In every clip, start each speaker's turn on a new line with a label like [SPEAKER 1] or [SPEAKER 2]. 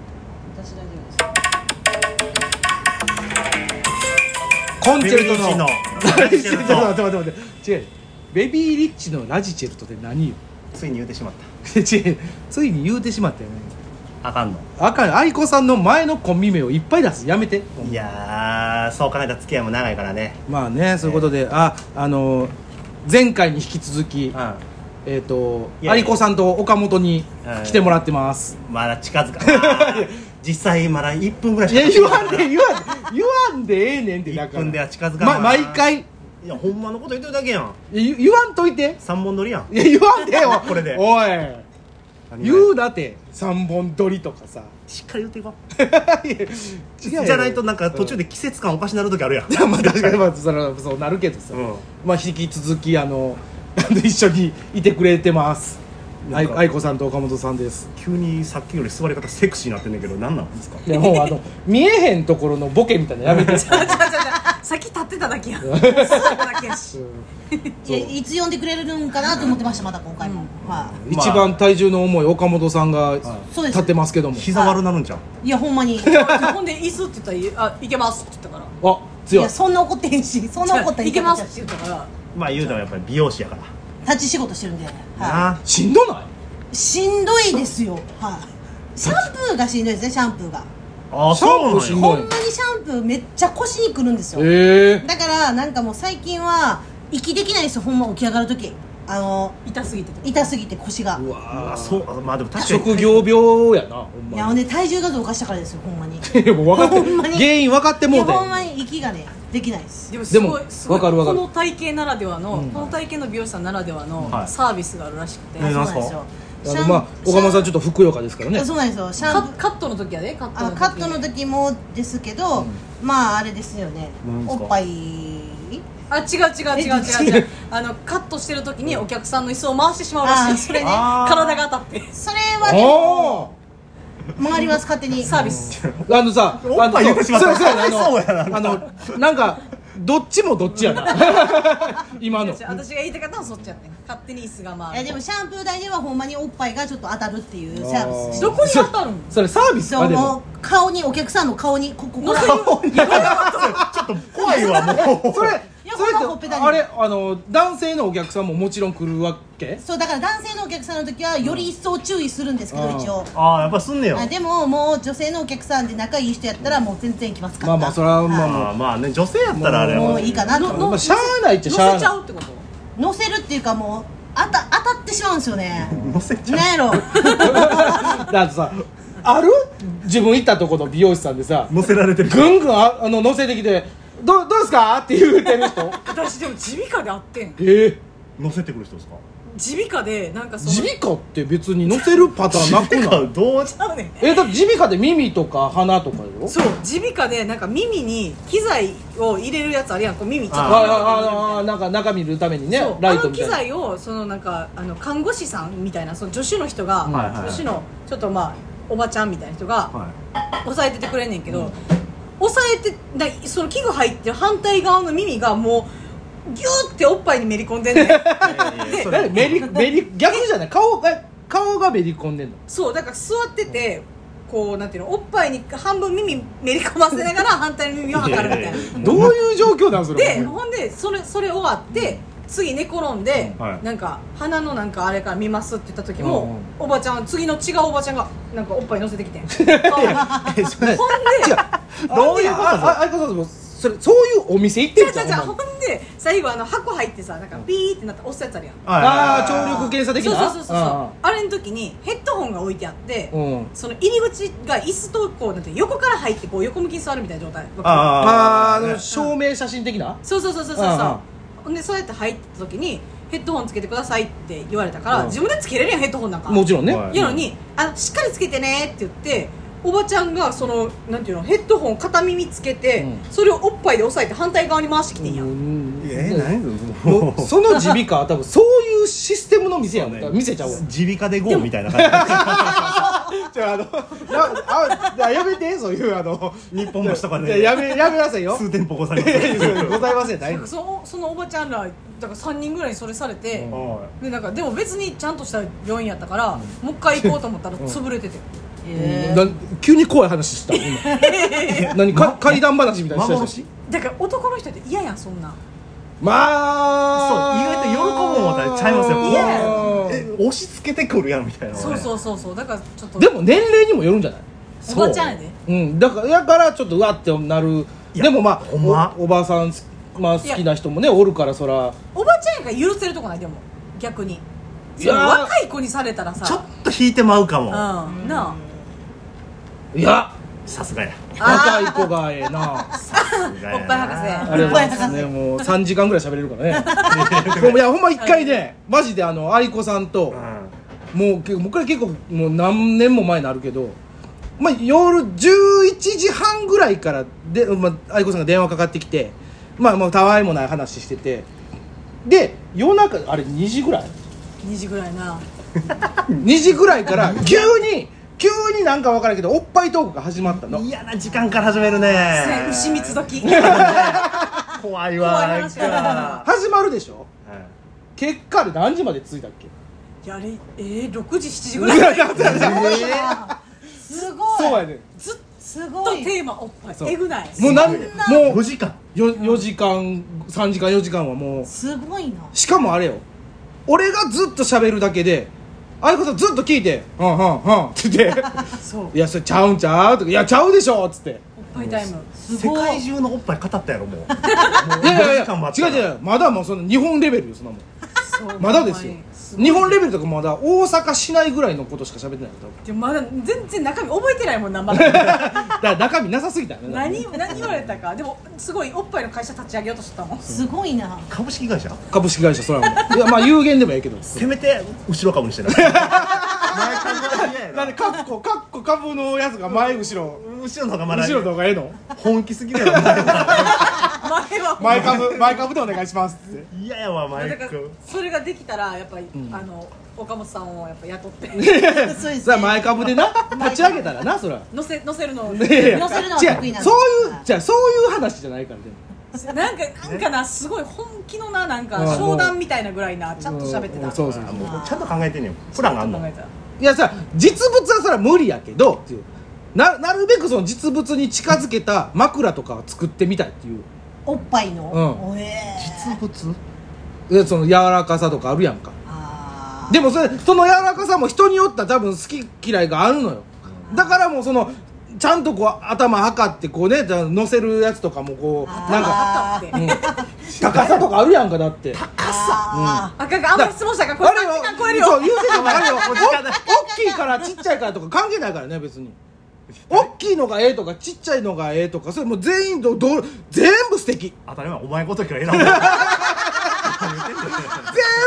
[SPEAKER 1] じなんじゃないです
[SPEAKER 2] コンチ
[SPEAKER 3] ベ
[SPEAKER 2] ェ
[SPEAKER 3] ビ
[SPEAKER 2] ル
[SPEAKER 3] ー
[SPEAKER 2] ト
[SPEAKER 3] チ
[SPEAKER 2] のラ
[SPEAKER 3] の
[SPEAKER 2] ジチ
[SPEAKER 3] チ
[SPEAKER 2] ェル
[SPEAKER 3] ェル
[SPEAKER 2] ト
[SPEAKER 3] ト
[SPEAKER 2] 待って待って待って違うベビーリッチのラジチェルトって何よ
[SPEAKER 3] ついに言うてしまっ
[SPEAKER 2] 違うついに言うてしまったよね
[SPEAKER 3] たあかんの
[SPEAKER 2] あかん愛子さんの前のコンビ名をいっぱい出すやめて
[SPEAKER 3] いやーそう考えたら付き合いも長いからね
[SPEAKER 2] まあねそういうことで、ああの前回に引き続き、
[SPEAKER 3] う
[SPEAKER 2] えっ、と
[SPEAKER 3] いや
[SPEAKER 2] 有子さんと岡本に来てもらってます、
[SPEAKER 3] んまだ近づ か実際まだ1分ぐら
[SPEAKER 2] い
[SPEAKER 3] いしか
[SPEAKER 2] や
[SPEAKER 3] 経って
[SPEAKER 2] 言
[SPEAKER 3] な
[SPEAKER 2] わんで言わんで言わんでええねんってだ
[SPEAKER 3] 1
[SPEAKER 2] から
[SPEAKER 3] 分では近づかない
[SPEAKER 2] ま、毎回い
[SPEAKER 3] いやほんまのこと言ってるだけやん
[SPEAKER 2] 言言わんといて
[SPEAKER 3] 3本撮りやん
[SPEAKER 2] いや言わんでよ
[SPEAKER 3] これで
[SPEAKER 2] おい言
[SPEAKER 3] 何
[SPEAKER 2] うなって3本撮りとかさ
[SPEAKER 3] しっかり言っていこ
[SPEAKER 2] いや違う
[SPEAKER 3] う
[SPEAKER 2] よ
[SPEAKER 3] じゃないとなんか途中で季節感おかしなる時あるやん
[SPEAKER 2] いや まあ確かにまあそれはそうなるけどさ、
[SPEAKER 3] うん
[SPEAKER 2] まあ引き続きあの 一緒にいてくれてますあ
[SPEAKER 3] なん
[SPEAKER 2] い
[SPEAKER 3] か
[SPEAKER 2] 愛子さんと岡本さんです
[SPEAKER 3] 急にさっきより座り方セクシーになってんねんけど何なんですか
[SPEAKER 2] いやもうあの見えへんところのボケみたいなのやめて、
[SPEAKER 1] か違う違う違う先立ってただけやん座っただけやし
[SPEAKER 4] いやいつ呼んでくれるんかなと思ってましたまだ今回も、は
[SPEAKER 2] 一番体重の重い岡本さんが
[SPEAKER 4] そうです
[SPEAKER 2] 立ってますけども、
[SPEAKER 3] 膝悪なるんじゃん
[SPEAKER 4] いいやほんま にい
[SPEAKER 1] ほんで椅子って言ったら「あいけます」って言ったから
[SPEAKER 2] あ強い
[SPEAKER 4] やそんな怒ってへんしそんな怒ったら
[SPEAKER 1] いけます」って
[SPEAKER 4] 立
[SPEAKER 1] 言ったから
[SPEAKER 3] まあ言うてもやっぱり美容師やから
[SPEAKER 4] ち仕事してるんで、は
[SPEAKER 3] なあ
[SPEAKER 2] しんどない
[SPEAKER 4] い、しんどいですよ、はい、シャンプーがしんどいですねシャンプーが
[SPEAKER 3] あ
[SPEAKER 2] シャンプー
[SPEAKER 3] そ
[SPEAKER 2] し
[SPEAKER 3] うんなん
[SPEAKER 4] ほ
[SPEAKER 3] や
[SPEAKER 2] どい
[SPEAKER 4] んまにシャンプーめっちゃ腰にくるんですよ
[SPEAKER 2] ええ
[SPEAKER 4] だからなんかもう最近は息できないですよほんま起き上がる時あの
[SPEAKER 1] 痛すぎてて
[SPEAKER 4] 痛すぎて腰が
[SPEAKER 2] う
[SPEAKER 3] あ
[SPEAKER 2] わ
[SPEAKER 3] そうあまあでも確かに
[SPEAKER 2] 職業病やなほん
[SPEAKER 4] いや
[SPEAKER 2] ま
[SPEAKER 4] ほん
[SPEAKER 2] に
[SPEAKER 4] で体重が増加したからですよほんまに
[SPEAKER 2] いや もう分かって
[SPEAKER 4] ほんまに
[SPEAKER 2] 原因分かってもう
[SPEAKER 4] い
[SPEAKER 2] て
[SPEAKER 4] やほんまに息がねできないです
[SPEAKER 1] でもすごい
[SPEAKER 2] でも
[SPEAKER 1] すごい
[SPEAKER 2] わかるわかる
[SPEAKER 1] この体型ならではの、
[SPEAKER 2] うん
[SPEAKER 1] この体型の美容師さんならではの
[SPEAKER 3] はい
[SPEAKER 1] サービスがあるらしくて、
[SPEAKER 3] えなんすか
[SPEAKER 2] あのまあ岡本さんちょ
[SPEAKER 4] と
[SPEAKER 2] っとふくよかですからね
[SPEAKER 4] そうなんですよシ
[SPEAKER 1] カ
[SPEAKER 4] ャン
[SPEAKER 1] ッカットの時やでカットの
[SPEAKER 4] あ
[SPEAKER 1] 時
[SPEAKER 4] カットの時もですけど、まああれですよね
[SPEAKER 3] なんですか
[SPEAKER 4] おっぱい
[SPEAKER 1] あ違う違う違う違う違うあのカットしてる時にお客さんの椅子を回してしまうらし
[SPEAKER 4] あ
[SPEAKER 1] い
[SPEAKER 4] ーそれね
[SPEAKER 3] あー
[SPEAKER 1] 体が当たって
[SPEAKER 4] それはで
[SPEAKER 2] お
[SPEAKER 4] も回ります勝手に
[SPEAKER 1] サービス
[SPEAKER 2] あのさ、
[SPEAKER 3] おっぱい言うてしまった
[SPEAKER 2] あのそうそうやね
[SPEAKER 3] そうや
[SPEAKER 2] あの、あの、なんか、どっちもどっちやな。今の。
[SPEAKER 1] 私が言いたかったのはそっちやね勝手に椅子が
[SPEAKER 4] い
[SPEAKER 1] 回
[SPEAKER 4] や
[SPEAKER 1] る
[SPEAKER 4] でもシャンプー台ではほんまにおっぱいがちょっと当たるっていうサービス
[SPEAKER 1] どこに当たるの
[SPEAKER 2] それサービス
[SPEAKER 4] そ
[SPEAKER 2] か
[SPEAKER 4] う
[SPEAKER 2] で
[SPEAKER 4] も
[SPEAKER 2] も。
[SPEAKER 4] う顔にお客さんの顔にこここ
[SPEAKER 1] 乗せる
[SPEAKER 4] こ
[SPEAKER 3] ちょっと怖いわもう
[SPEAKER 2] それ、
[SPEAKER 4] いや
[SPEAKER 2] それ
[SPEAKER 4] ほんまほっぺた
[SPEAKER 2] って、
[SPEAKER 4] に
[SPEAKER 2] あれ、あの、男性のお客さんももちろん来るわけ
[SPEAKER 4] そうだから男性のお客さんの時はより一層注意するんですけど、
[SPEAKER 2] うん
[SPEAKER 4] 一応
[SPEAKER 3] ああやっぱすんねよ
[SPEAKER 4] あでももう女性のお客さんで仲いい人やったらもう全然行きますから
[SPEAKER 2] まあまあ、それはまあ
[SPEAKER 3] ま
[SPEAKER 2] ま
[SPEAKER 3] あまあね女性やったらあれ
[SPEAKER 4] いも
[SPEAKER 3] は
[SPEAKER 4] ういいかなと
[SPEAKER 1] の
[SPEAKER 2] ま
[SPEAKER 1] の
[SPEAKER 2] あしゃあないっちゃしゃあない
[SPEAKER 1] 乗せちゃうってこと
[SPEAKER 4] 乗せるっていうかもう当た当たってしまうんですよ ね
[SPEAKER 3] 乗せちゃう
[SPEAKER 4] なんやろ
[SPEAKER 2] あ。 だってさ、ある自分行ったとこの美容師さんでさ、
[SPEAKER 3] 乗せられてる
[SPEAKER 2] ぐんぐんああの乗せてきて、どうどうですかって言うてる 人。
[SPEAKER 1] 私でも耳鼻科で会ってん
[SPEAKER 2] ええ
[SPEAKER 3] 乗せてくる人ですか
[SPEAKER 1] 耳鼻科でなんかその
[SPEAKER 2] 耳鼻科って別に乗せるパターンなくない
[SPEAKER 3] どうし
[SPEAKER 1] 科ね
[SPEAKER 2] え、だって耳鼻科で耳とか鼻とかよ。
[SPEAKER 1] そう耳鼻科でなんか耳に機材を入れるやつあるやんこう耳ちょっと
[SPEAKER 2] ああ
[SPEAKER 3] あ
[SPEAKER 2] あああなんか中見るためにね
[SPEAKER 1] そう
[SPEAKER 2] ライ
[SPEAKER 1] あ
[SPEAKER 2] ト
[SPEAKER 1] の
[SPEAKER 2] み
[SPEAKER 1] 機
[SPEAKER 2] たいな
[SPEAKER 1] 材をそのなんかあの看護師さんみたいなその助手の人が、
[SPEAKER 3] はいはい
[SPEAKER 1] 助手のちょっとまあおばちゃんみたいな人が
[SPEAKER 3] は
[SPEAKER 1] 押さえててくれんねんけど、押さえてなその器具入ってる反対側の耳がもうギューっておっぱいにめり込んでん ねん
[SPEAKER 3] いやいやそ
[SPEAKER 2] え
[SPEAKER 3] れ
[SPEAKER 2] めりめり逆じゃない顔が顔がめり込んでんの
[SPEAKER 1] そうだから座っててこうなんていうのおっぱいに半分耳めり込ませながら反対の耳を測るみたいな。
[SPEAKER 2] どういう状況なんそれ
[SPEAKER 1] でほんでそれそれ終わって次寝転んで、
[SPEAKER 3] はい
[SPEAKER 1] なんか鼻のなんかあれから見ますって言った時
[SPEAKER 2] うん
[SPEAKER 1] も、おばちゃん次の違うおばちゃんがなんかおっぱい乗せて きてん顔が
[SPEAKER 3] えそれ
[SPEAKER 1] ほんで
[SPEAKER 3] どういうこと
[SPEAKER 2] ああああいこさんもそれそういうお店行って
[SPEAKER 1] 違う
[SPEAKER 2] るじゃ
[SPEAKER 1] 違
[SPEAKER 2] ん
[SPEAKER 1] う違う
[SPEAKER 2] ほ
[SPEAKER 1] ほ
[SPEAKER 2] ん
[SPEAKER 1] ん
[SPEAKER 2] まに
[SPEAKER 1] で最後あの箱入ってさなんかピーってなったら押すやつあるやん
[SPEAKER 2] ああ聴力検査的
[SPEAKER 1] そうそ
[SPEAKER 2] な
[SPEAKER 1] うそうそうあれの時にヘッドホンが置いてあって、
[SPEAKER 2] うんうん
[SPEAKER 1] その入り口が椅子とこうなんて横から入ってこう横向きに座るみたいな状態
[SPEAKER 2] あ
[SPEAKER 3] あ
[SPEAKER 2] ーあの
[SPEAKER 3] あ
[SPEAKER 2] 証明写真的な
[SPEAKER 1] そうそうそうそうそう
[SPEAKER 2] うんうん
[SPEAKER 1] そうほんでそうやって入った時にヘッドホンつけてくださいって言われたから、
[SPEAKER 2] うん
[SPEAKER 1] 自分でつけれるやんヘッドホンなんか
[SPEAKER 2] もちろんね
[SPEAKER 3] はい
[SPEAKER 1] やのにあの「しっかりつけてね」って言っておばちゃんがそのなんていうのヘッドホン片耳つけて、
[SPEAKER 2] うん
[SPEAKER 1] それをおっぱいで押さえて反対側に回してきてんや、
[SPEAKER 2] うん
[SPEAKER 3] え何も
[SPEAKER 2] も
[SPEAKER 3] う
[SPEAKER 2] うその耳鼻 科は多分そういうシステムの店やもん、
[SPEAKER 3] ね
[SPEAKER 2] 店ちゃうわ
[SPEAKER 3] 耳鼻科で GO みたいな感
[SPEAKER 2] じゃああのなあやめてそういうあの
[SPEAKER 3] じ日本橋とか
[SPEAKER 2] いや
[SPEAKER 3] で
[SPEAKER 2] やめやめなさいよ
[SPEAKER 3] 数店舗越され
[SPEAKER 2] いやい
[SPEAKER 3] て
[SPEAKER 2] やそれございません大丈夫
[SPEAKER 1] なんかそのそのおばちゃんらだから3人ぐらいにそれされて、
[SPEAKER 2] うん
[SPEAKER 3] は
[SPEAKER 1] でなんかでも別にちゃんとした病院やったから、もう一回行こうと思ったら潰れてて、
[SPEAKER 4] へ
[SPEAKER 2] な急に怖い話した今 何か怪談話みたいなしたでしょ
[SPEAKER 3] 幻
[SPEAKER 1] だから男の人って嫌やんそんなん
[SPEAKER 2] まあ
[SPEAKER 3] そう意外と喜ぶもんだねちゃいますよ
[SPEAKER 1] 嫌や
[SPEAKER 3] え押し付けてくるやんみたいな
[SPEAKER 1] そうそううそうそうだからちょっと
[SPEAKER 2] でも年齢にもよるんじゃない
[SPEAKER 1] おばちゃんやで
[SPEAKER 2] うんだからだからちょっとうわってなる
[SPEAKER 3] いや
[SPEAKER 2] でもまあ
[SPEAKER 3] ほんま
[SPEAKER 2] おおばさん、まあ、好きな人もねおるからそら
[SPEAKER 1] おばちゃんやから許せるとこないでも逆に
[SPEAKER 2] い
[SPEAKER 1] その
[SPEAKER 2] やー
[SPEAKER 1] 若い子にされたらさ
[SPEAKER 3] ちょっと引いてまうか
[SPEAKER 1] うん
[SPEAKER 3] も
[SPEAKER 1] なあ
[SPEAKER 2] いや
[SPEAKER 3] さすがや
[SPEAKER 2] 若い子がええな
[SPEAKER 3] さすがやな
[SPEAKER 1] おっぱい博士
[SPEAKER 2] ありがとうございますねもう3時間ぐらい喋れる からねいやほんま一回ねマジであの愛子さんと、
[SPEAKER 3] うん
[SPEAKER 2] もうけ僕ら結構もう何年も前になるけど、まあ、夜11時半ぐらいからで、まあ、愛子さんが電話かかってきて、まあ、もうたわいもない話しててで夜中あれ2時ぐらい
[SPEAKER 1] 2時ぐらいな
[SPEAKER 2] 2時ぐらいから急に急になんか分からんけどおっぱいトークが始まったの
[SPEAKER 3] 嫌な時間から始める
[SPEAKER 1] せ
[SPEAKER 3] ね
[SPEAKER 1] 牛蜜時
[SPEAKER 3] 怖い
[SPEAKER 1] 怖
[SPEAKER 3] わ
[SPEAKER 1] い話やな
[SPEAKER 3] なんか
[SPEAKER 2] 始まるでしょ
[SPEAKER 3] うん
[SPEAKER 2] 結果あれ何時まで着いたっけ
[SPEAKER 1] やれえー、6時7時ぐらい
[SPEAKER 4] すごい
[SPEAKER 2] そうやね
[SPEAKER 1] ずっ
[SPEAKER 4] す
[SPEAKER 1] と
[SPEAKER 4] ごい
[SPEAKER 1] テーマおっぱい
[SPEAKER 2] そう
[SPEAKER 1] えぐない
[SPEAKER 2] もうなんも
[SPEAKER 3] 5
[SPEAKER 2] う
[SPEAKER 3] 時間
[SPEAKER 2] よ4時間3時間4時間はもう
[SPEAKER 4] すごいな
[SPEAKER 2] しかもあれよ俺がずっと喋るだけで愛子さんずっと聞いて「うんうんうん」って言って
[SPEAKER 1] そう
[SPEAKER 2] 「いやそれちゃうんちゃう?」とか「いやちゃうでしょ」っつって
[SPEAKER 1] おっぱいタイム
[SPEAKER 4] す
[SPEAKER 3] 世
[SPEAKER 4] ごい
[SPEAKER 3] 界中のおっぱい語ったやろもうも
[SPEAKER 2] 「い
[SPEAKER 3] う
[SPEAKER 2] やいやい
[SPEAKER 3] 5時間
[SPEAKER 2] や
[SPEAKER 3] 待
[SPEAKER 2] 違
[SPEAKER 3] っ
[SPEAKER 2] う
[SPEAKER 3] たら
[SPEAKER 2] 違うまだもうその日本レベルよそんなもん
[SPEAKER 1] そう
[SPEAKER 2] まだですよ
[SPEAKER 1] ほんまにすごい
[SPEAKER 2] 日本レベルとかまだ大阪市内ぐらいのことしか喋ってないの多分
[SPEAKER 1] でもまだ全然中身覚えてないもんな まだ
[SPEAKER 2] だから中身なさすぎたよね
[SPEAKER 1] 何何言われたかでもすごいおっぱいの会社立ち上げようとしてた もん
[SPEAKER 4] すごいな
[SPEAKER 3] 株式会社
[SPEAKER 2] 株式会社そらもういやまあ有限でもええけど
[SPEAKER 3] せめて後ろ株にしてない前株は嫌やな
[SPEAKER 2] なんでカッコカッコ株のやつが前後ろ
[SPEAKER 3] 後ろの方がまだ
[SPEAKER 2] 後ろの方がええの
[SPEAKER 3] 本気すぎるやろ前は
[SPEAKER 1] 前は
[SPEAKER 2] 前株前株でお願いしますって
[SPEAKER 3] 嫌やわ前
[SPEAKER 1] だから
[SPEAKER 3] 株
[SPEAKER 1] それができたらやっぱり、あの岡本さんをやっぱ雇って
[SPEAKER 4] そうです
[SPEAKER 2] さあ前株でな立ち上げたらな そら
[SPEAKER 1] 乗せ乗せるのを
[SPEAKER 2] いやいや
[SPEAKER 4] 乗せるのは得意なの
[SPEAKER 2] 違うそういうじゃあそういう話じゃないからでも
[SPEAKER 1] なんかなんかなすごい本気のななんか
[SPEAKER 2] ああ
[SPEAKER 1] 商談みたいなぐらいなちゃんと喋って
[SPEAKER 2] う
[SPEAKER 1] た
[SPEAKER 2] んそううそう
[SPEAKER 3] あ
[SPEAKER 2] そう
[SPEAKER 3] もうちゃんと考えてんねんプランがあんの
[SPEAKER 1] 考えたら
[SPEAKER 2] いやさ実物はそれは無理やけどっていうななるべくその実物に近づけた枕とかを作ってみたいっていう
[SPEAKER 4] おっぱいの、
[SPEAKER 2] う
[SPEAKER 4] おえ
[SPEAKER 3] 実物
[SPEAKER 2] でその柔らかさとかあるやんか
[SPEAKER 4] あー
[SPEAKER 2] でもそれその柔らかさも人によったら多分好き嫌いがあるのよだからもうそのちゃんとこう頭測ってこうねじゃあ乗せるやつとかもこうなんか
[SPEAKER 1] あ
[SPEAKER 4] あー
[SPEAKER 1] ったって
[SPEAKER 2] 高さとかあるやんかだって
[SPEAKER 4] あ
[SPEAKER 1] あかんかあんまり質問したからこれ3時間超えるよ
[SPEAKER 2] そう、優先度もあるよ。お大きいからちっちゃいからとか関係ないからね、別に。大きいのがええとか、ちっちゃいのがええとか、それもう全員ど、ど、全部素敵。
[SPEAKER 3] 当たり前お前ごときから選ぶ
[SPEAKER 2] 全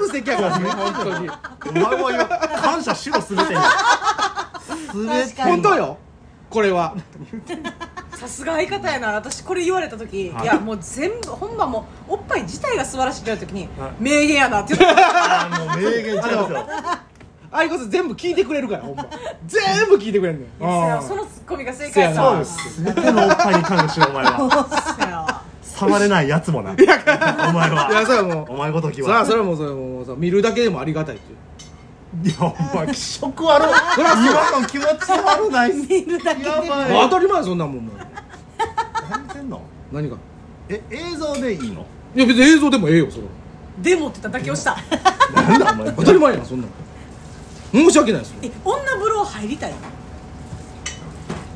[SPEAKER 2] 部素敵やからね、本当に。
[SPEAKER 3] お前は今感謝しろすべてに
[SPEAKER 4] 確かに
[SPEAKER 2] 本当よ。これは。
[SPEAKER 1] さすが相方やな私これ言われた時、
[SPEAKER 3] はい
[SPEAKER 1] い、やもう全部本番もうおっぱい自体が素晴らしいって言われた時に、
[SPEAKER 3] はい
[SPEAKER 1] 名言やなって言った
[SPEAKER 3] あーもう名言ちゃうんですよ
[SPEAKER 2] あいこさん全部聞いてくれるから、ほんま。全部聞いてくれるのよ。うん
[SPEAKER 1] そのツッコミが正
[SPEAKER 2] せや
[SPEAKER 1] 解
[SPEAKER 2] な
[SPEAKER 1] さ
[SPEAKER 3] すべてのおっぱいに感謝しろお前は触れないやつもなお前
[SPEAKER 2] いや、
[SPEAKER 3] は
[SPEAKER 2] それはも
[SPEAKER 3] お前ごとき
[SPEAKER 2] う。さあ、
[SPEAKER 3] は
[SPEAKER 2] それはもう、それはもうさ、見るだけでもありがたいっていう。
[SPEAKER 3] いやお前気色悪い今の気持ち悪ないっす
[SPEAKER 4] 見るだけで
[SPEAKER 3] やば
[SPEAKER 2] 当
[SPEAKER 3] い
[SPEAKER 2] たり前やそんなもんもう。
[SPEAKER 3] 何見てんの
[SPEAKER 2] 何が。
[SPEAKER 3] え映像でいいの
[SPEAKER 2] いや、別に映像でもええよ、それは。
[SPEAKER 1] でもって言っただけをした
[SPEAKER 3] なんだお前
[SPEAKER 2] 当たり前やん、そんなもん。申し訳ないですよ。
[SPEAKER 1] え女風呂入りたいの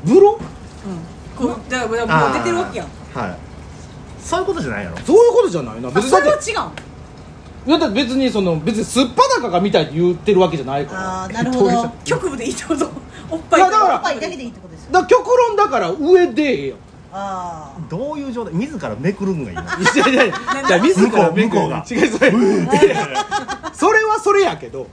[SPEAKER 2] 風呂
[SPEAKER 1] こうだからだからもう出てるわけやん
[SPEAKER 3] はいそういうことじゃないやろ
[SPEAKER 2] そういうことじゃないな
[SPEAKER 1] あ
[SPEAKER 2] 別に
[SPEAKER 1] そ
[SPEAKER 2] だって
[SPEAKER 1] れは違うん
[SPEAKER 2] いやだって別にその別にすっぱだかが見たいって言ってるわけじゃないから
[SPEAKER 4] あーなるほどおっ
[SPEAKER 1] 局部でいいってことおっぱい
[SPEAKER 2] いやだから
[SPEAKER 4] ぱいだけでいいってことですよ
[SPEAKER 2] だから極論だから上でええ よ
[SPEAKER 4] あ
[SPEAKER 3] どういう状態自らめくるんがいいの
[SPEAKER 2] いやいやいやじゃあ自ら
[SPEAKER 3] 向こうが
[SPEAKER 2] 違うそれそれはそれやけど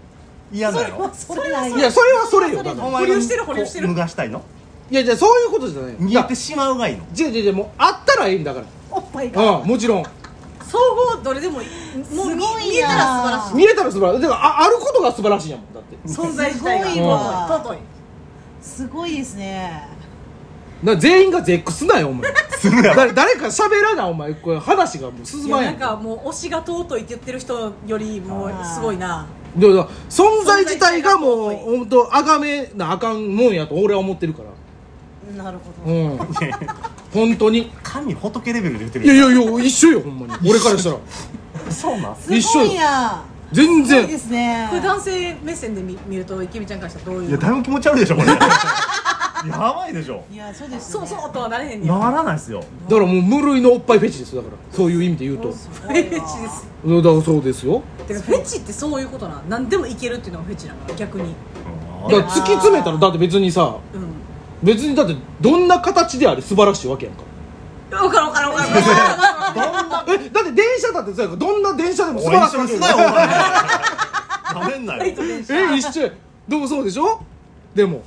[SPEAKER 3] 嫌だよ
[SPEAKER 4] あそれはい
[SPEAKER 2] やそれはそれよだから
[SPEAKER 1] 保留してる保留してる
[SPEAKER 3] 脱がしたいの
[SPEAKER 2] いやじゃあそういうことじゃないよ
[SPEAKER 3] 逃げてしまうがいいの
[SPEAKER 2] じゃじゃじゃもうあったらええんだから
[SPEAKER 4] おっぱいが
[SPEAKER 2] ああもちろん
[SPEAKER 1] 総合どれでもいいもう見
[SPEAKER 4] すごいな
[SPEAKER 1] 見えたら素晴らしい
[SPEAKER 2] 見れたら素晴らしいだからああることが素晴らしいやもんだって
[SPEAKER 1] 存在自体が
[SPEAKER 4] す
[SPEAKER 2] ごいわ
[SPEAKER 1] 尊い尊い
[SPEAKER 4] すごいですね
[SPEAKER 2] な全員が絶句すなよお前
[SPEAKER 3] するやろ
[SPEAKER 2] 誰誰か喋らなお前これ話がもう進
[SPEAKER 1] い
[SPEAKER 2] まんや
[SPEAKER 1] やなんんかもう推しが尊いって言ってる人よりもすごいな
[SPEAKER 2] だから存在自体がもう本当あがめなあかんもんやと俺は思ってるから
[SPEAKER 4] なるほ
[SPEAKER 2] う
[SPEAKER 4] ど、
[SPEAKER 2] ん
[SPEAKER 3] いやいや
[SPEAKER 2] 本当に
[SPEAKER 3] 神仏レベルで言ってる
[SPEAKER 2] いやいやいや一緒よほんまに俺からしたら
[SPEAKER 3] やんそうなん
[SPEAKER 4] すごいや
[SPEAKER 2] 全
[SPEAKER 4] すごいで
[SPEAKER 2] 然
[SPEAKER 4] すね
[SPEAKER 1] これ男性目線で見見ると池美ちゃんからしたらどう
[SPEAKER 3] い
[SPEAKER 1] い
[SPEAKER 3] や
[SPEAKER 1] う
[SPEAKER 3] だいぶ気持ち悪いでしょこれやばいでしょ
[SPEAKER 4] いやそうです、ね、
[SPEAKER 1] そうそうとはなれへんねん
[SPEAKER 3] ならないですよ
[SPEAKER 2] だからもう無類のおっぱいフェチですよだからそういう意味で言うと
[SPEAKER 1] フェチです
[SPEAKER 2] だからそうですよ
[SPEAKER 1] てかフェチってそういうことなん何でもいけるっていうのがフェチなの逆に
[SPEAKER 2] だから突き詰めたらだって別にさ
[SPEAKER 1] うん
[SPEAKER 2] 別にだってどんな形であれ素晴らしいわけやんか
[SPEAKER 1] 分からん分からん 分からん分からん分からん
[SPEAKER 2] えだって電車だってそうやからどんな電車でも素
[SPEAKER 3] お
[SPEAKER 2] 晴
[SPEAKER 3] い
[SPEAKER 2] ら
[SPEAKER 3] 一
[SPEAKER 2] しい
[SPEAKER 3] 緒
[SPEAKER 2] わ
[SPEAKER 3] に
[SPEAKER 2] け
[SPEAKER 3] す
[SPEAKER 2] やん
[SPEAKER 3] なよお前食べんなよ
[SPEAKER 2] え一緒やどうもそうでしょでも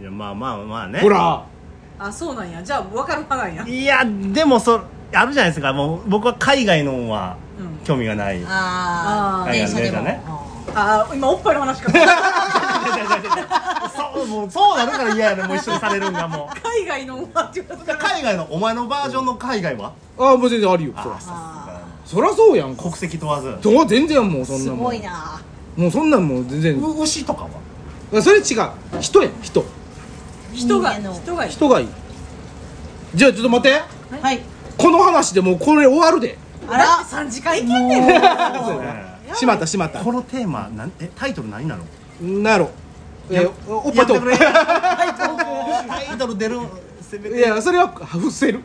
[SPEAKER 3] いやまあまあまあね
[SPEAKER 2] ほら
[SPEAKER 1] あそうなんやじゃあ分かる派なんや
[SPEAKER 3] いやでもそあるじゃないですかもう僕は海外のは
[SPEAKER 1] うん
[SPEAKER 3] 興味が ない、
[SPEAKER 4] あ
[SPEAKER 1] あ
[SPEAKER 4] あ
[SPEAKER 1] ー
[SPEAKER 4] 電車でも、
[SPEAKER 3] 電車ね
[SPEAKER 1] あ今おっぱいの話か 海
[SPEAKER 3] そうもうそうなるから嫌やねもう一緒にされるんがもう
[SPEAKER 1] 外の女って言われたから
[SPEAKER 3] 海外のお前のバージョンの海外は、
[SPEAKER 2] ああもう全然あるよそら
[SPEAKER 3] あさ
[SPEAKER 2] そらそうやん
[SPEAKER 3] す
[SPEAKER 2] か
[SPEAKER 3] が国籍問わず
[SPEAKER 2] そう全然やんもうそん
[SPEAKER 4] す
[SPEAKER 2] なもん
[SPEAKER 4] ごいな
[SPEAKER 2] もうそんなんもう全然
[SPEAKER 3] う牛とかは
[SPEAKER 2] それ違う人や人
[SPEAKER 1] 人が
[SPEAKER 4] 人間の
[SPEAKER 1] 人がいい
[SPEAKER 2] 人がいいじゃあちょっと待って
[SPEAKER 4] はい
[SPEAKER 2] この話でもうこれ終わるで
[SPEAKER 4] あら
[SPEAKER 1] だって3時間いけんねん
[SPEAKER 2] そうや
[SPEAKER 3] ね
[SPEAKER 2] なしまったしまった
[SPEAKER 3] このテーマなんえタイトル何なの
[SPEAKER 2] なんやろえ
[SPEAKER 3] や
[SPEAKER 2] おっぱいトーク
[SPEAKER 3] やってくれタイトル出るせめ
[SPEAKER 2] いやそれは 伏せる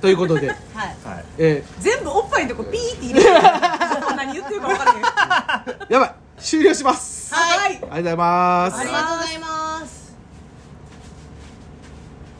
[SPEAKER 2] ということで、
[SPEAKER 4] はい
[SPEAKER 3] はい
[SPEAKER 2] え
[SPEAKER 1] 全部おっぱいのとこピーって入れてる何言ってるか分からへん
[SPEAKER 2] ーやばい終了します
[SPEAKER 1] は
[SPEAKER 2] あ
[SPEAKER 1] い
[SPEAKER 2] りがとうございます
[SPEAKER 4] ありがとうございます